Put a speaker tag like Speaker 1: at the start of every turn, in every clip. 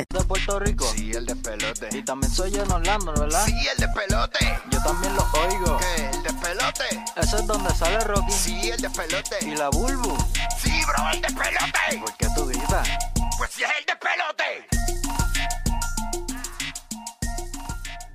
Speaker 1: de Puerto Rico.
Speaker 2: Sí, el despelote.
Speaker 1: Y también soy en Orlando, ¿verdad?
Speaker 2: Sí, el despelote.
Speaker 1: Yo también lo oigo.
Speaker 2: ¿Qué? El despelote.
Speaker 1: Eso es donde sale Rocky.
Speaker 2: Sí, el despelote.
Speaker 1: Y la Bulbu.
Speaker 2: Sí, bro, el despelote.
Speaker 1: ¿Por qué tú gritas?
Speaker 2: Pues sí, es el despelote.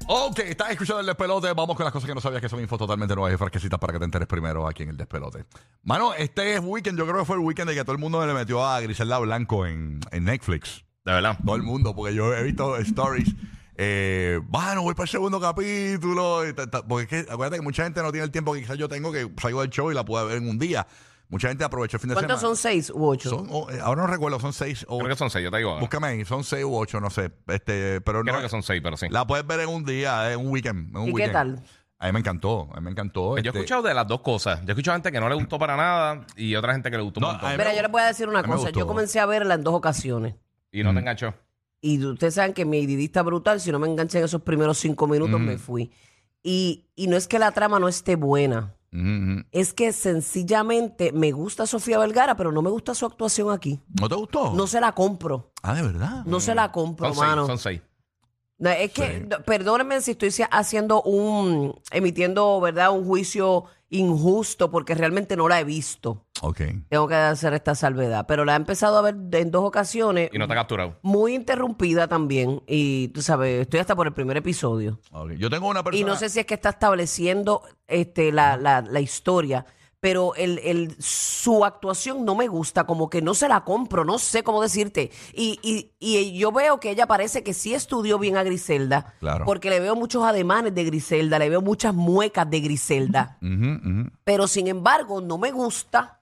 Speaker 3: Ok, estás escuchando el despelote. Vamos con las cosas que no sabías que son info totalmente nuevas y fresquecitas para que te enteres primero aquí en el despelote. Mano, este es weekend. Yo creo que fue el weekend de que todo el mundo le metió a Griselda Blanco en, en Netflix.
Speaker 4: De verdad.
Speaker 3: Todo el mundo, porque yo he visto stories. Eh, bueno, voy para el segundo capítulo. y ta- ta- porque es que, acuérdate que mucha gente no tiene el tiempo que quizás yo tengo, que salgo del show y la pude ver en un día. Mucha gente aprovechó el fin de
Speaker 5: ¿Cuántos son
Speaker 3: semana.
Speaker 5: seis u ocho?
Speaker 3: Son, oh, eh, ahora no recuerdo, son seis o
Speaker 4: Creo que son seis, yo te digo ahora.
Speaker 3: Búscame ahí, son seis u ocho, no sé. Este, pero
Speaker 4: Creo
Speaker 3: no,
Speaker 4: que son seis, pero sí.
Speaker 3: la puedes ver en un día, en un weekend. en un
Speaker 5: ¿Y qué
Speaker 3: weekend.
Speaker 5: tal?
Speaker 3: A mí me encantó, a mí me encantó.
Speaker 4: Pues Yo he
Speaker 3: este,
Speaker 4: escuchado de las dos cosas. Yo he escuchado gente que no le gustó para nada y otra gente que le gustó
Speaker 3: No,
Speaker 4: un montón.
Speaker 3: a mí me
Speaker 5: Mira, yo les voy a decir
Speaker 3: a
Speaker 5: una
Speaker 3: mí me
Speaker 5: cosa.
Speaker 3: gustó.
Speaker 5: Yo comencé a verla en dos ocasiones.
Speaker 4: Y no te enganchó.
Speaker 5: Y ustedes saben que mi ididista brutal, si no me enganché en esos primeros cinco minutos,
Speaker 3: Mm.
Speaker 5: me fui. Y, y no es que la trama no esté buena.
Speaker 3: mm, mm.
Speaker 5: Es que sencillamente me gusta Sofía Vergara, pero no me gusta su actuación aquí.
Speaker 3: ¿No te gustó?
Speaker 5: No se la compro.
Speaker 3: Ah, de verdad.
Speaker 5: No se la compro,
Speaker 4: Son
Speaker 5: mano.
Speaker 4: seis, son seis.
Speaker 5: No, es que,
Speaker 3: Sí.
Speaker 5: no, perdónenme si estoy si- haciendo un, emitiendo, ¿verdad? Un juicio injusto porque realmente no la he visto.
Speaker 3: Ok.
Speaker 5: Tengo que hacer esta salvedad. Pero la he empezado a ver de- en dos ocasiones.
Speaker 4: Y no te ha capturado.
Speaker 5: Muy interrumpida también. Y tú sabes, estoy hasta por el primer episodio.
Speaker 3: ok. Yo tengo una persona.
Speaker 5: Y no sé si es que está estableciendo este, la, la- la historia. Pero el, el- su actuación no me gusta, como que no se la compro, no sé cómo decirte. Y, y- y yo veo que ella parece que sí estudió bien a Griselda,
Speaker 3: Claro.
Speaker 5: porque le veo muchos ademanes de Griselda, le veo muchas muecas de Griselda.
Speaker 4: Mm.
Speaker 3: Ujú, ujú.
Speaker 5: Pero sin embargo, no me gusta.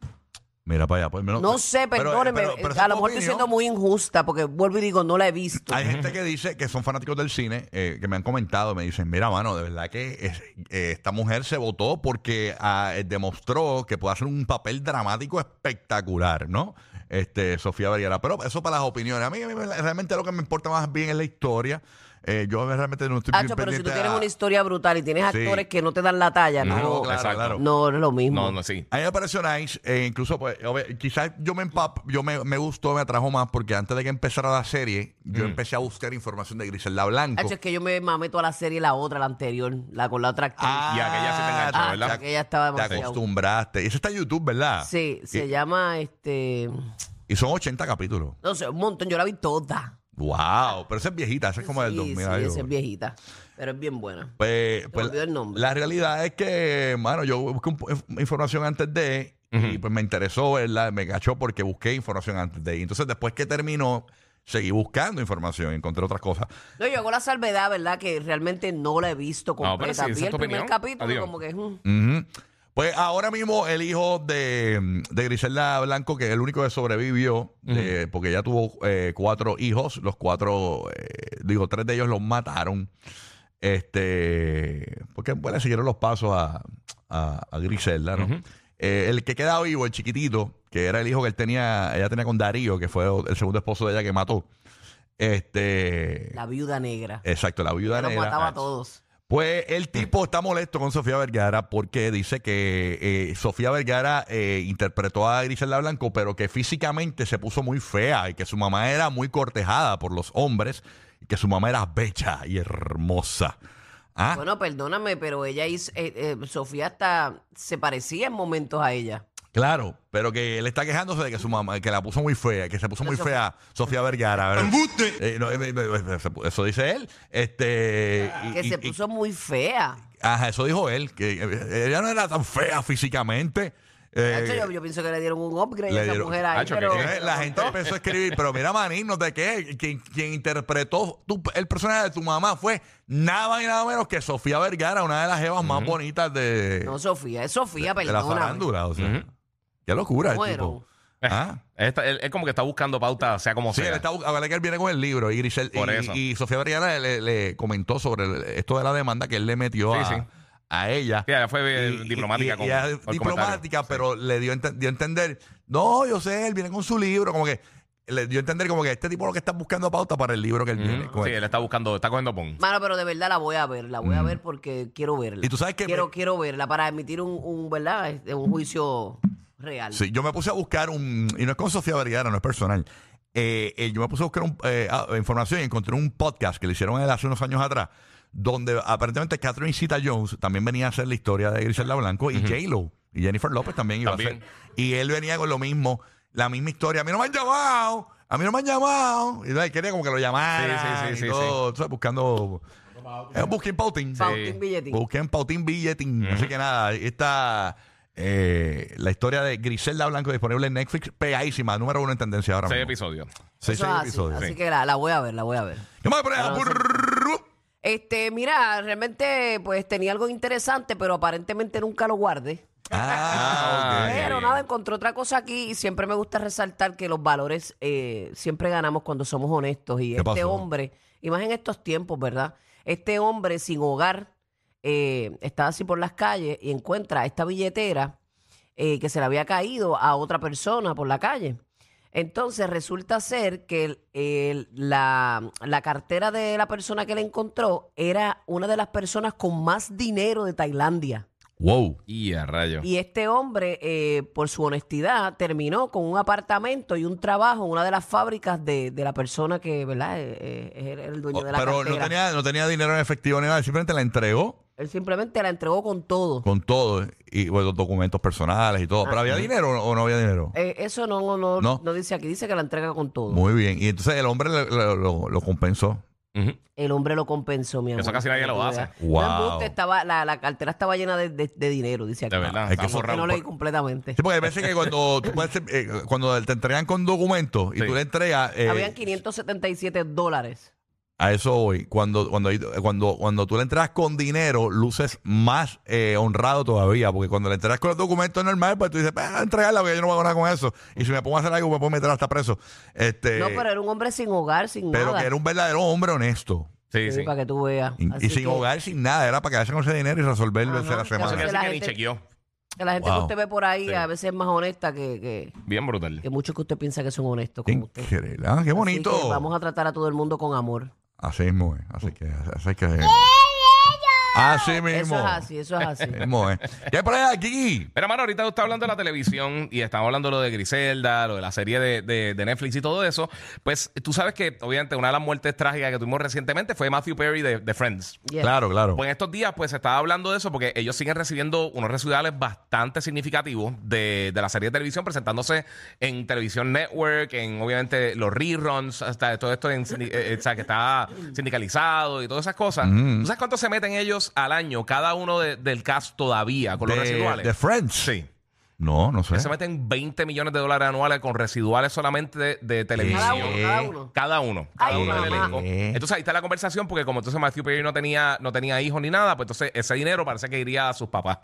Speaker 3: Mira para allá. Pues, menos-
Speaker 5: No sé,
Speaker 3: pero-
Speaker 5: perdóneme. eh,
Speaker 3: pero- pero esa
Speaker 5: a
Speaker 3: es tu
Speaker 5: lo mejor estoy
Speaker 3: opinión.
Speaker 5: siendo muy injusta porque vuelvo y digo, no la he visto.
Speaker 3: Hay gente que dice que son fanáticos del cine, eh, que me han comentado, me dicen, mira, mano, de verdad que es- eh, esta mujer se votó porque ah, eh, demostró que puede hacer un papel dramático espectacular, ¿no? Este, Sofía Vergara. Pero eso para las opiniones. A mí, a mí me- realmente lo que me importa más bien es la historia. Eh, yo realmente no estoy bien
Speaker 5: Hacho, pero si tú
Speaker 3: pendiente
Speaker 5: tienes
Speaker 3: a-
Speaker 5: una historia brutal y tienes
Speaker 3: Sí.
Speaker 5: actores que no te dan la talla, no,
Speaker 3: Claro,
Speaker 5: no,
Speaker 3: claro,
Speaker 4: exacto.
Speaker 3: claro.
Speaker 5: no es lo mismo.
Speaker 4: No, no, sí.
Speaker 3: A mí me pareció nice, eh, incluso pues, ob- quizás yo me empap, yo me, me gustó, me atrajo más, porque antes de que empezara la serie, yo empecé a buscar información de Griselda Blanco.
Speaker 5: Hacho, es que yo me mamé toda la serie, la otra, la anterior, la con la otra actriz.
Speaker 4: Y aquella sí te enganchó,
Speaker 5: Ah,
Speaker 4: ¿verdad?
Speaker 5: aquella estaba
Speaker 3: Te
Speaker 5: demasiado.
Speaker 3: acostumbraste. Eso está en YouTube, ¿verdad?
Speaker 5: Sí, se
Speaker 3: Y-
Speaker 5: llama este.
Speaker 3: Y son 80 capítulos.
Speaker 5: No sé, un montón, yo la vi toda.
Speaker 3: ¡Wow! Pero esa es viejita, esa es como del
Speaker 5: Sí,
Speaker 3: 2000.
Speaker 5: sí,
Speaker 3: algo.
Speaker 5: esa es viejita, pero es bien buena.
Speaker 3: Pues, pues,
Speaker 5: olvidó el nombre.
Speaker 3: La realidad es que, mano, yo busqué un po- inf- información antes de y pues me interesó, ¿verdad? Me cachó porque busqué información antes de. Y entonces, después que terminó, seguí buscando información, encontré otras cosas.
Speaker 5: No, yo hago la salvedad, ¿verdad? Que realmente no la he visto
Speaker 4: No, pero
Speaker 5: completa.
Speaker 4: sí, esa
Speaker 5: vi
Speaker 4: es
Speaker 5: el
Speaker 4: tu
Speaker 5: primer
Speaker 4: opinión.
Speaker 5: capítulo,
Speaker 4: Adiós.
Speaker 5: como que. mm,
Speaker 3: Ujú. Pues ahora mismo el hijo de, mm, de Griselda Blanco, que es el único que sobrevivió, eh, porque ella tuvo eh, cuatro hijos, los cuatro, eh, digo, tres de ellos los mataron. Este, porque bueno, le siguieron los pasos a, a- a Griselda, ¿no? Eh, el que queda vivo, el chiquitito, que era el hijo que él tenía, ella tenía con Darío, que fue el segundo esposo de ella que mató. Este,
Speaker 5: La viuda negra.
Speaker 3: exacto, la viuda
Speaker 5: Ya los
Speaker 3: negra.
Speaker 5: mataba a todos.
Speaker 3: Pues el tipo está molesto con Sofía Vergara porque dice que eh, Sofía Vergara eh, interpretó a Griselda Blanco, pero que físicamente se puso muy fea y que su mamá era muy cortejada por los hombres y que su mamá era bella y hermosa. Ah,
Speaker 5: Bueno, perdóname, pero ella hizo, eh, eh, Sofía hasta se parecía en momentos a ella.
Speaker 3: claro, pero que él está quejándose de que su mamá, que la puso muy fea, que se puso muy
Speaker 5: Pero Sofía-
Speaker 3: fea Sofía Vergara. ¿verdad? Eh, no, eh, eh, eh, eso dice él. Este, y-
Speaker 5: Que
Speaker 3: y-
Speaker 5: se
Speaker 3: y-
Speaker 5: puso muy fea.
Speaker 3: Ajá, eso dijo él, que eh, ella no era tan fea físicamente. eh,
Speaker 5: Hacho, yo, yo pienso que le dieron un upgrade
Speaker 3: le
Speaker 5: a esa
Speaker 3: dieron-
Speaker 5: mujer ahí,
Speaker 4: Hacho, que
Speaker 5: pero-
Speaker 3: Entonces, la gente empezó a escribir, pero mira, Manín, no te quedes. Quien, quien interpretó tu- el personaje de tu mamá fue nada más y nada menos que Sofía Vergara, una de las jevas más bonitas de,
Speaker 5: No, Sofía, es Sofía,
Speaker 3: de la
Speaker 5: perdóname.
Speaker 3: farándula. O sea, qué locura el
Speaker 5: Muero.
Speaker 3: tipo. Ah.
Speaker 4: Esta- él, él como que está buscando pauta, sea como
Speaker 3: Sí, él
Speaker 4: sea.
Speaker 3: está, a ver que él viene con el libro y, Grisel,
Speaker 4: Por eso.
Speaker 3: y, y Sofía Briana le, le- le comentó sobre el- esto de la demanda que él le metió
Speaker 4: Sí,
Speaker 3: a,
Speaker 4: sí.
Speaker 3: a ella.
Speaker 4: Sí, ella fue eh, diplomática
Speaker 3: y-
Speaker 4: con-
Speaker 3: ella
Speaker 4: con el comentario.
Speaker 3: diplomática,
Speaker 4: Sí.
Speaker 3: pero le dio, a ente- dio a entender, no, yo sé, él viene con su libro, como que le dio a entender como que este tipo lo que está buscando pauta para el libro que él viene.
Speaker 4: Ujú.
Speaker 3: como
Speaker 4: Mm. Sí,
Speaker 3: que-
Speaker 4: él está buscando, está cogiendo pon.
Speaker 5: Mano, pero de verdad la voy a ver, la voy a ver porque quiero verla.
Speaker 3: Mm. Y tú sabes que
Speaker 5: Quiero,
Speaker 3: me-
Speaker 5: quiero verla para emitir un, un, ¿verdad? Este, un juicio real.
Speaker 3: Sí, yo me puse a buscar un, y no es con Sofía Vergara, no es personal. Eh, eh, yo me puse a buscar un, eh, ah, información y encontré un podcast que le hicieron a él hace unos años atrás, donde aparentemente Catherine Zeta Jones también venía a hacer la historia de Griselda Blanco y J-Lo y Jennifer López también iba a
Speaker 4: También.
Speaker 3: hacer. Y él venía con lo mismo, la misma historia. A mí no me han llamado, a mí no me han llamado. Y él quería como que lo llamaran.
Speaker 4: Sí, sí, sí,
Speaker 3: y
Speaker 4: sí,
Speaker 3: todo, tú sabes, buscando. eh, Es Busquín Pautin.
Speaker 5: Pautín Billetín.
Speaker 3: Busquen Pautín Billetín. Así que nada, ahí está eh, la historia de Griselda Blanco disponible en Netflix, pegadísima, número uno en tendencia ahora
Speaker 4: Seis
Speaker 3: mismo.
Speaker 4: episodios.
Speaker 3: Seis,
Speaker 5: Eso
Speaker 3: seis
Speaker 5: es así,
Speaker 3: episodios.
Speaker 5: Así
Speaker 3: Sí.
Speaker 5: que la, la voy a ver, la voy a ver.
Speaker 3: Vamos a poner a-
Speaker 5: Este, mira, realmente pues tenía algo interesante, pero aparentemente nunca lo guardé.
Speaker 3: Ah, ok.
Speaker 5: Pero nada, encontré otra cosa aquí y siempre me gusta resaltar que los valores eh, siempre ganamos cuando somos honestos. Y
Speaker 3: ¿Qué
Speaker 5: este
Speaker 3: pasó?
Speaker 5: hombre, y más en estos tiempos, ¿verdad? Este hombre sin hogar eh, está así por las calles y encuentra esta billetera eh, que se le había caído a otra persona por la calle. Entonces resulta ser que el- el- la, la cartera de la persona que la encontró era una de las personas con más dinero de Tailandia.
Speaker 3: Wow.
Speaker 4: Y a rayo.
Speaker 5: Y este hombre, eh, por su honestidad, terminó con un apartamento y un trabajo en una de las fábricas de, de la persona que, ¿verdad? Eh, eh, era el dueño de la
Speaker 3: Oh, Pero no
Speaker 5: cartera.
Speaker 3: tenía, no tenía dinero en efectivo ni nada, simplemente la entregó
Speaker 5: Él simplemente la entregó con todo.
Speaker 3: con todo, y bueno, los documentos personales y todo. ¿Pero había dinero o no- o no había dinero?
Speaker 5: Ah, Eh, eso no, no, no,
Speaker 3: No.
Speaker 5: no dice aquí, dice que la entrega con todo.
Speaker 3: Muy bien. Y entonces el hombre lo- lo- lo- lo compensó.
Speaker 4: Ujú.
Speaker 5: El hombre lo compensó, mi amor.
Speaker 4: Eso casi nadie lo hace.
Speaker 5: No,
Speaker 3: Wow.
Speaker 5: embuste, estaba, la, la cartera estaba llena de, de- de dinero, dice aquí.
Speaker 4: De verdad.
Speaker 3: es Ah, que
Speaker 4: está
Speaker 3: eso-
Speaker 5: Así que
Speaker 4: forrado.
Speaker 5: no leí completamente.
Speaker 3: Sí, porque hay veces que cuando, tú puedes, eh, cuando te entregan con documentos y
Speaker 4: Sí.
Speaker 3: tú le entregas, eh,
Speaker 5: Habían 577 dólares.
Speaker 3: a eso voy, cuando, cuando, hay- cuando, cuando tú le entregas con dinero, luces más eh, honrado todavía, porque cuando le entregas con los documentos normales, pues tú dices, "Ah, entregarla, porque yo no voy a ganar con eso. Y si me pongo a hacer algo, me puedo meter hasta preso. Este,
Speaker 5: no, pero era un hombre sin hogar, sin
Speaker 3: pero
Speaker 5: nada.
Speaker 3: que era un verdadero hombre honesto.
Speaker 4: Sí,
Speaker 5: Sí,
Speaker 4: sí.
Speaker 5: Para que tú veas.
Speaker 3: Y,
Speaker 5: Así
Speaker 3: y sin
Speaker 5: que- Ah,
Speaker 3: hogar, sin nada, era para quedarse con ese dinero y resolverlo
Speaker 5: Ajá.
Speaker 3: esa la
Speaker 4: Eso
Speaker 3: semana.
Speaker 4: quiere
Speaker 5: Que
Speaker 4: decir
Speaker 5: la
Speaker 4: que ni
Speaker 5: gente-
Speaker 4: chequeó.
Speaker 5: Que la gente
Speaker 3: Wow.
Speaker 5: que usted ve por ahí
Speaker 4: Sí.
Speaker 5: a veces es más honesta que, que,
Speaker 4: Bien brutal.
Speaker 5: que muchos que usted piensa que son honestos como usted. Así
Speaker 3: Increíble, ah, Qué
Speaker 5: que
Speaker 3: bonito.
Speaker 5: vamos a tratar a todo el mundo con amor.
Speaker 3: Así mismo es. Así que, así que. Así mismo.
Speaker 5: Eso es así, eso es así.
Speaker 3: Mismo es. ¿Qué hay por ahí aquí?
Speaker 4: Pero, mano, ahorita tú estás hablando de la televisión y estamos hablando de lo de Griselda, lo de la serie de, de- de Netflix y todo eso. Pues tú sabes que, obviamente, una de las muertes trágicas que tuvimos recientemente fue Matthew Perry de, de Friends.
Speaker 5: Yeah.
Speaker 3: Claro, claro.
Speaker 4: Pues en estos días, pues se estaba hablando de eso porque ellos siguen recibiendo unos residuales bastante significativos de, de la serie de televisión, presentándose en Televisión Network, en obviamente los reruns, hasta todo esto en sindi- eh, eh, o sea, que está sindicalizado y todas esas cosas. ¿Tú sabes cuánto se meten ellos al año, cada uno de- del cast todavía, con los
Speaker 3: de,
Speaker 4: residuales?
Speaker 3: de Friends.
Speaker 4: sí.
Speaker 3: No, no sé.
Speaker 4: Se meten 20 millones de dólares anuales con residuales solamente de, de
Speaker 5: Cada
Speaker 4: televisión.
Speaker 5: uno, cada uno.
Speaker 4: Cada uno.
Speaker 5: Ay,
Speaker 4: Cada uno del
Speaker 5: mamá.
Speaker 4: elenco. Entonces ahí está la conversación, porque como entonces Matthew Perry no tenía, no tenía hijos ni nada, pues entonces ese dinero parece que iría a sus papás.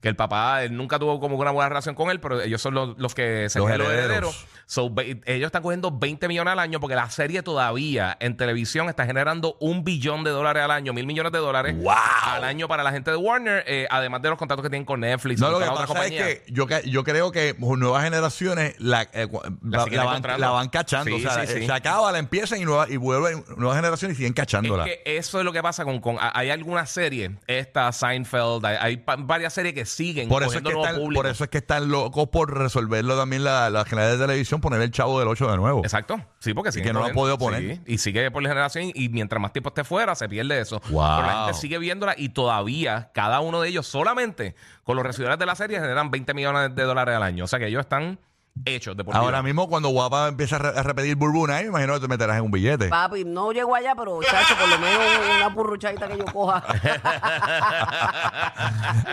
Speaker 4: Que el papá, él nunca tuvo como una buena relación con él, pero ellos son los, los que se
Speaker 3: Los
Speaker 4: quedan
Speaker 3: herederos.
Speaker 4: So, ve- ellos están cogiendo 20 millones al año porque la serie todavía en televisión está generando un billón de dólares al año, mil millones de dólares al año para la gente de Warner, eh, además de los contratos que tienen con Netflix.
Speaker 3: No,
Speaker 4: con
Speaker 3: lo que
Speaker 4: todas las
Speaker 3: pasa
Speaker 4: otras compañías.
Speaker 3: es que yo, ca- yo creo que nuevas generaciones la, eh, cua- la-
Speaker 4: siguen
Speaker 3: la van,
Speaker 4: encontrando.
Speaker 3: la van cachando.
Speaker 4: Sí,
Speaker 3: o sea,
Speaker 4: sí,
Speaker 3: eh,
Speaker 4: sí.
Speaker 3: se acaba, la empiezan y, nueva, y vuelven nuevas generaciones y siguen cachándola.
Speaker 4: Es que eso es lo que pasa con, con- hay algunas series, esta Seinfeld, hay, hay pa- varias series que siguen
Speaker 3: por, eso es
Speaker 4: cogiendo
Speaker 3: que
Speaker 4: nuevo
Speaker 3: están,
Speaker 4: público.
Speaker 3: por eso es que están locos por resolverlo también la, la general de televisión, poner el chavo del 8 de nuevo.
Speaker 4: Exacto, sí, porque siguen
Speaker 3: que no lo ha
Speaker 4: cogiendo-
Speaker 3: podido poner.
Speaker 4: sí, y sigue por la generación y mientras más tiempo esté fuera se pierde eso.
Speaker 3: Wow.
Speaker 4: Pero la gente sigue viéndola y todavía cada uno de ellos solamente con los residuales de la serie generan 20 millones de dólares al año. O sea que ellos están hechos de por
Speaker 3: Ahora
Speaker 4: vida.
Speaker 3: mismo, cuando Guapa empieza a, re- a repetir Burbuna, ahí me imagino que te meterás en un billete.
Speaker 5: Papi, no llego allá, pero chacho, por lo menos una purruchadita que yo coja.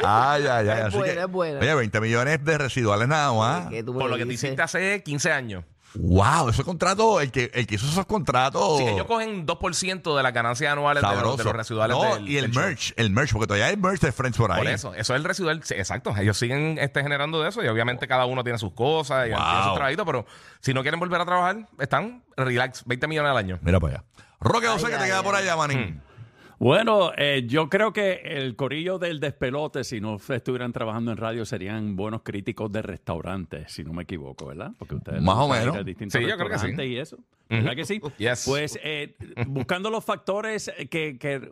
Speaker 3: ay, ay, ay.
Speaker 5: Es
Speaker 3: así
Speaker 5: buena,
Speaker 3: que-
Speaker 5: es buena.
Speaker 3: Oye, 20 millones de residuales nada más.
Speaker 5: Que tú me
Speaker 4: Por lo que te
Speaker 5: dices.
Speaker 4: hiciste hace 15 años.
Speaker 3: Wow, esos contratos, el que, el que hizo esos contratos.
Speaker 4: Sí, ellos cogen 2% de las ganancias anuales de los- de los,
Speaker 3: Oh. sabroso.
Speaker 4: residuales
Speaker 3: No,
Speaker 4: del-
Speaker 3: y el
Speaker 4: del show.
Speaker 3: merch, el merch, porque todavía hay merch de Friends por ahí.
Speaker 4: Por eso, eso es el residual, sí, exacto. Ellos siguen este, generando de eso y obviamente cada uno tiene sus cosas y
Speaker 3: Wow.
Speaker 4: tiene sus trabajitos, pero si no quieren volver a trabajar, están relax, 20 millones al año.
Speaker 3: Mira para allá. Roque, José, que te
Speaker 5: ay,
Speaker 3: queda
Speaker 5: ay.
Speaker 3: por allá, manín.
Speaker 4: Hmm,
Speaker 6: Bueno, eh, yo creo que el corillo del despelote, si no estuvieran trabajando en radio, serían buenos críticos de restaurantes, si no me equivoco, ¿verdad? Porque ustedes
Speaker 3: Más o
Speaker 6: van a ir
Speaker 3: menos.
Speaker 6: a distintos
Speaker 4: Sí, yo creo que sí.
Speaker 6: restaurantes y eso. ¿Verdad que sí?
Speaker 4: Yes.
Speaker 6: Pues eh, buscando los factores que, que-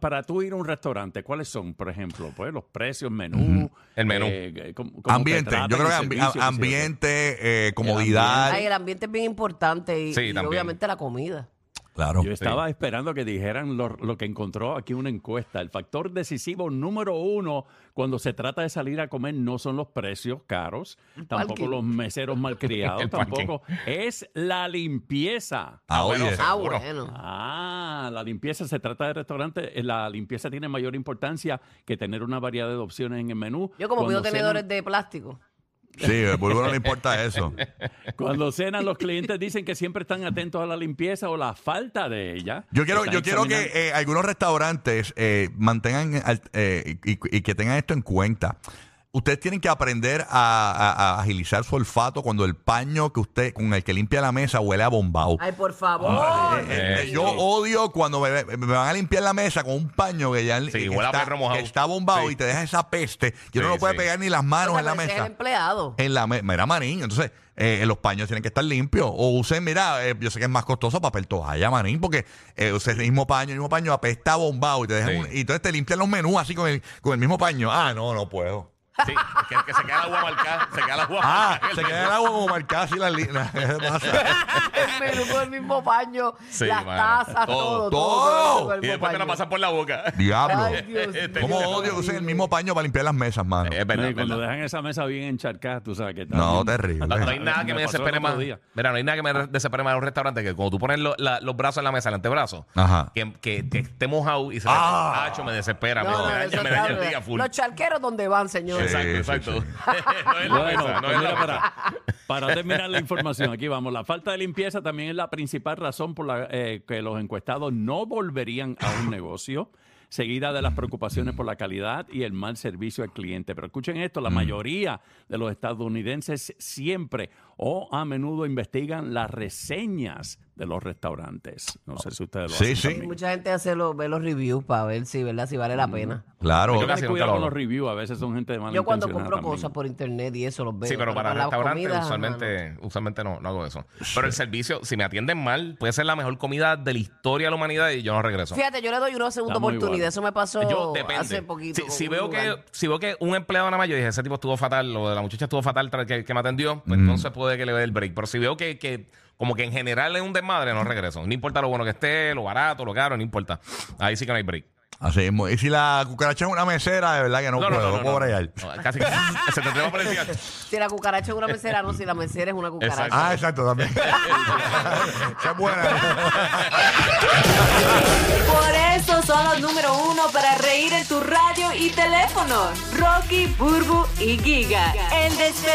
Speaker 6: para tú ir a un restaurante, ¿cuáles son, por ejemplo? Pues los precios, menú.
Speaker 4: El menú.
Speaker 6: eh, cómo- cómo te
Speaker 3: Ambiente,
Speaker 6: tratan,
Speaker 3: yo creo
Speaker 6: el
Speaker 3: que ambi-
Speaker 6: servicio, qué sé yo.
Speaker 3: ambiente, eh, comodidad.
Speaker 5: Ay, el ambiente es bien importante y,
Speaker 4: Sí,
Speaker 5: y
Speaker 4: también.
Speaker 5: obviamente la comida.
Speaker 3: Claro.
Speaker 6: Yo estaba esperando que dijeran lo, lo que encontró aquí una encuesta. El factor decisivo número uno cuando se trata de salir a comer no son los precios caros, tampoco
Speaker 5: parking.
Speaker 6: los meseros malcriados,
Speaker 4: El parking.
Speaker 6: tampoco. Es la limpieza.
Speaker 3: Ah,
Speaker 4: bueno,
Speaker 3: oye.
Speaker 4: seguro.
Speaker 5: Ah, bueno.
Speaker 6: Ah, la limpieza se trata de restaurantes. eh, La limpieza tiene mayor importancia que tener una variedad de opciones en el menú.
Speaker 5: Yo como pido
Speaker 6: Cuando cenan-
Speaker 5: tenedores de plástico.
Speaker 3: Sí, el Bulbo no le importa eso.
Speaker 6: Cuando cenan, los clientes dicen que siempre están atentos a la limpieza o la falta de ella.
Speaker 3: Yo quiero,
Speaker 6: Están
Speaker 3: yo quiero que
Speaker 6: examinando-
Speaker 3: eh, algunos restaurantes eh, mantengan al- eh, y, y- y que tengan esto en cuenta. Ustedes tienen que aprender a, a- a agilizar su olfato cuando el paño que usted con el que limpia la mesa huele a bombao.
Speaker 5: Ay, por favor.
Speaker 3: Eh,
Speaker 4: eh,
Speaker 3: yo odio cuando me, me van a limpiar la mesa con un paño que ya
Speaker 4: Sí,
Speaker 3: que
Speaker 4: huele a
Speaker 3: está,
Speaker 4: perro mojado.
Speaker 3: que está bombado
Speaker 4: Sí.
Speaker 3: y te deja esa peste. Yo no
Speaker 4: Sí,
Speaker 3: lo puedo
Speaker 4: sí.
Speaker 3: pegar ni las manos
Speaker 5: Porque
Speaker 3: en la
Speaker 5: parece
Speaker 3: mesa.
Speaker 5: el empleado.
Speaker 3: En la me- mira, manín. Entonces, eh, los paños tienen que estar limpios. O usen, mira, eh, yo sé que es más costoso papel toalla, manín, porque eh, usen el mismo paño, el mismo paño apesta a bombado y te dejan
Speaker 4: Sí.
Speaker 3: un- y entonces te limpian los menús así con el, con el mismo paño. Ah, no, no puedo.
Speaker 4: Sí, que, que se queda el agua marcada, se queda el agua
Speaker 3: Ah,
Speaker 4: marcada.
Speaker 3: se queda el agua como marcada así la línea.
Speaker 5: el menú con el mismo baño,
Speaker 4: Sí,
Speaker 5: las
Speaker 4: mano.
Speaker 5: tazas,
Speaker 4: Todo,
Speaker 5: todo, todo.
Speaker 3: todo.
Speaker 5: con el
Speaker 4: Y
Speaker 5: mismo
Speaker 4: después te la
Speaker 5: paño.
Speaker 4: pasan por la boca.
Speaker 3: Diablo.
Speaker 5: Ay, Dios mío.
Speaker 3: ¿Cómo odio que usen el mismo paño para limpiar las mesas, mano?
Speaker 4: Eh, Es
Speaker 6: No,
Speaker 4: verdad,
Speaker 6: y
Speaker 4: es
Speaker 6: cuando
Speaker 4: verdad.
Speaker 6: dejan esa mesa bien encharcada, tú sabes que está
Speaker 3: No,
Speaker 6: bien-
Speaker 3: terrible.
Speaker 4: No, no hay
Speaker 6: Me
Speaker 4: nada que me,
Speaker 6: pasó el
Speaker 4: desespere
Speaker 6: otro
Speaker 4: más.
Speaker 6: día.
Speaker 4: Mira, no hay nada que me desespere más en un restaurante que cuando tú pones lo- la- los brazos en la mesa, el antebrazo,
Speaker 3: Ajá.
Speaker 4: que, que, que esté mojado y se
Speaker 3: Ah.
Speaker 4: hacho, me desespera.
Speaker 5: No,
Speaker 4: me-
Speaker 5: no,
Speaker 4: me
Speaker 5: eso
Speaker 4: daña, me
Speaker 5: está
Speaker 4: daña el
Speaker 5: bien.
Speaker 4: día full.
Speaker 5: Los charqueros, ¿dónde van, señores?
Speaker 3: Sí.
Speaker 4: Exacto, exacto.
Speaker 3: sí.
Speaker 4: no es la
Speaker 6: Bueno,
Speaker 4: mesa, no
Speaker 6: pues
Speaker 4: es la
Speaker 6: mira,
Speaker 4: mesa.
Speaker 6: para, para terminar la información, aquí vamos. La falta de limpieza también es la principal razón por la eh, que los encuestados no volverían a un negocio, seguida de las preocupaciones por la calidad y el mal servicio al cliente. Pero escuchen esto,
Speaker 3: Mm.
Speaker 6: la mayoría de los estadounidenses siempre o a menudo investigan las reseñas de los restaurantes. No sé si ustedes lo
Speaker 3: Sí,
Speaker 6: hacen
Speaker 3: sí. Mm,
Speaker 6: también.
Speaker 5: Mucha gente hace los, ve los reviews para ver si, ¿verdad? si vale la pena.
Speaker 3: Claro.
Speaker 4: Yo
Speaker 6: Hay que
Speaker 4: casi
Speaker 6: tener
Speaker 4: nunca
Speaker 6: cuidado
Speaker 4: lo
Speaker 6: con
Speaker 4: hago.
Speaker 6: los reviews, a veces son gente de mala
Speaker 5: Yo cuando
Speaker 6: intencionada
Speaker 5: compro
Speaker 6: también.
Speaker 5: cosas por internet y eso los veo.
Speaker 4: Sí, pero para
Speaker 5: las
Speaker 4: restaurantes
Speaker 5: comidas, ajá,
Speaker 4: usualmente, usualmente no, no hago eso. Pero el servicio, si me atienden mal, puede ser la mejor comida de la historia de la humanidad y yo no
Speaker 5: no.
Speaker 4: regreso.
Speaker 5: Fíjate, yo le doy una segunda
Speaker 6: Estamos
Speaker 5: oportunidad.
Speaker 6: igual.
Speaker 5: Eso me pasó
Speaker 4: Yo depende.
Speaker 5: hace poquito.
Speaker 4: Si,
Speaker 5: con
Speaker 4: si
Speaker 5: un
Speaker 4: veo que,
Speaker 5: lugar.
Speaker 4: si veo que un empleado nada más, yo dije, ese tipo estuvo fatal, lo de la muchacha estuvo fatal tra- que, que me atendió, pues entonces puede que le dé el break. Pero si veo que, que como que en general es un desmadre, no regreso. No importa lo bueno que esté, lo barato, lo caro, no importa. Ahí sí que no hay break.
Speaker 3: Así mismo. Y si la cucaracha es una mesera, de verdad que no, puedo, no, puedo bregar.
Speaker 4: No, casi que se te atreva por el cigarro.
Speaker 5: Si la cucaracha es una mesera, no. Si la mesera es una cucaracha.
Speaker 4: Exacto.
Speaker 3: Ah, exacto, también. Esa es buena.
Speaker 7: Por eso son los número uno para reír en tu radio y teléfono. Rocky, Burbu y Giga. El despelote.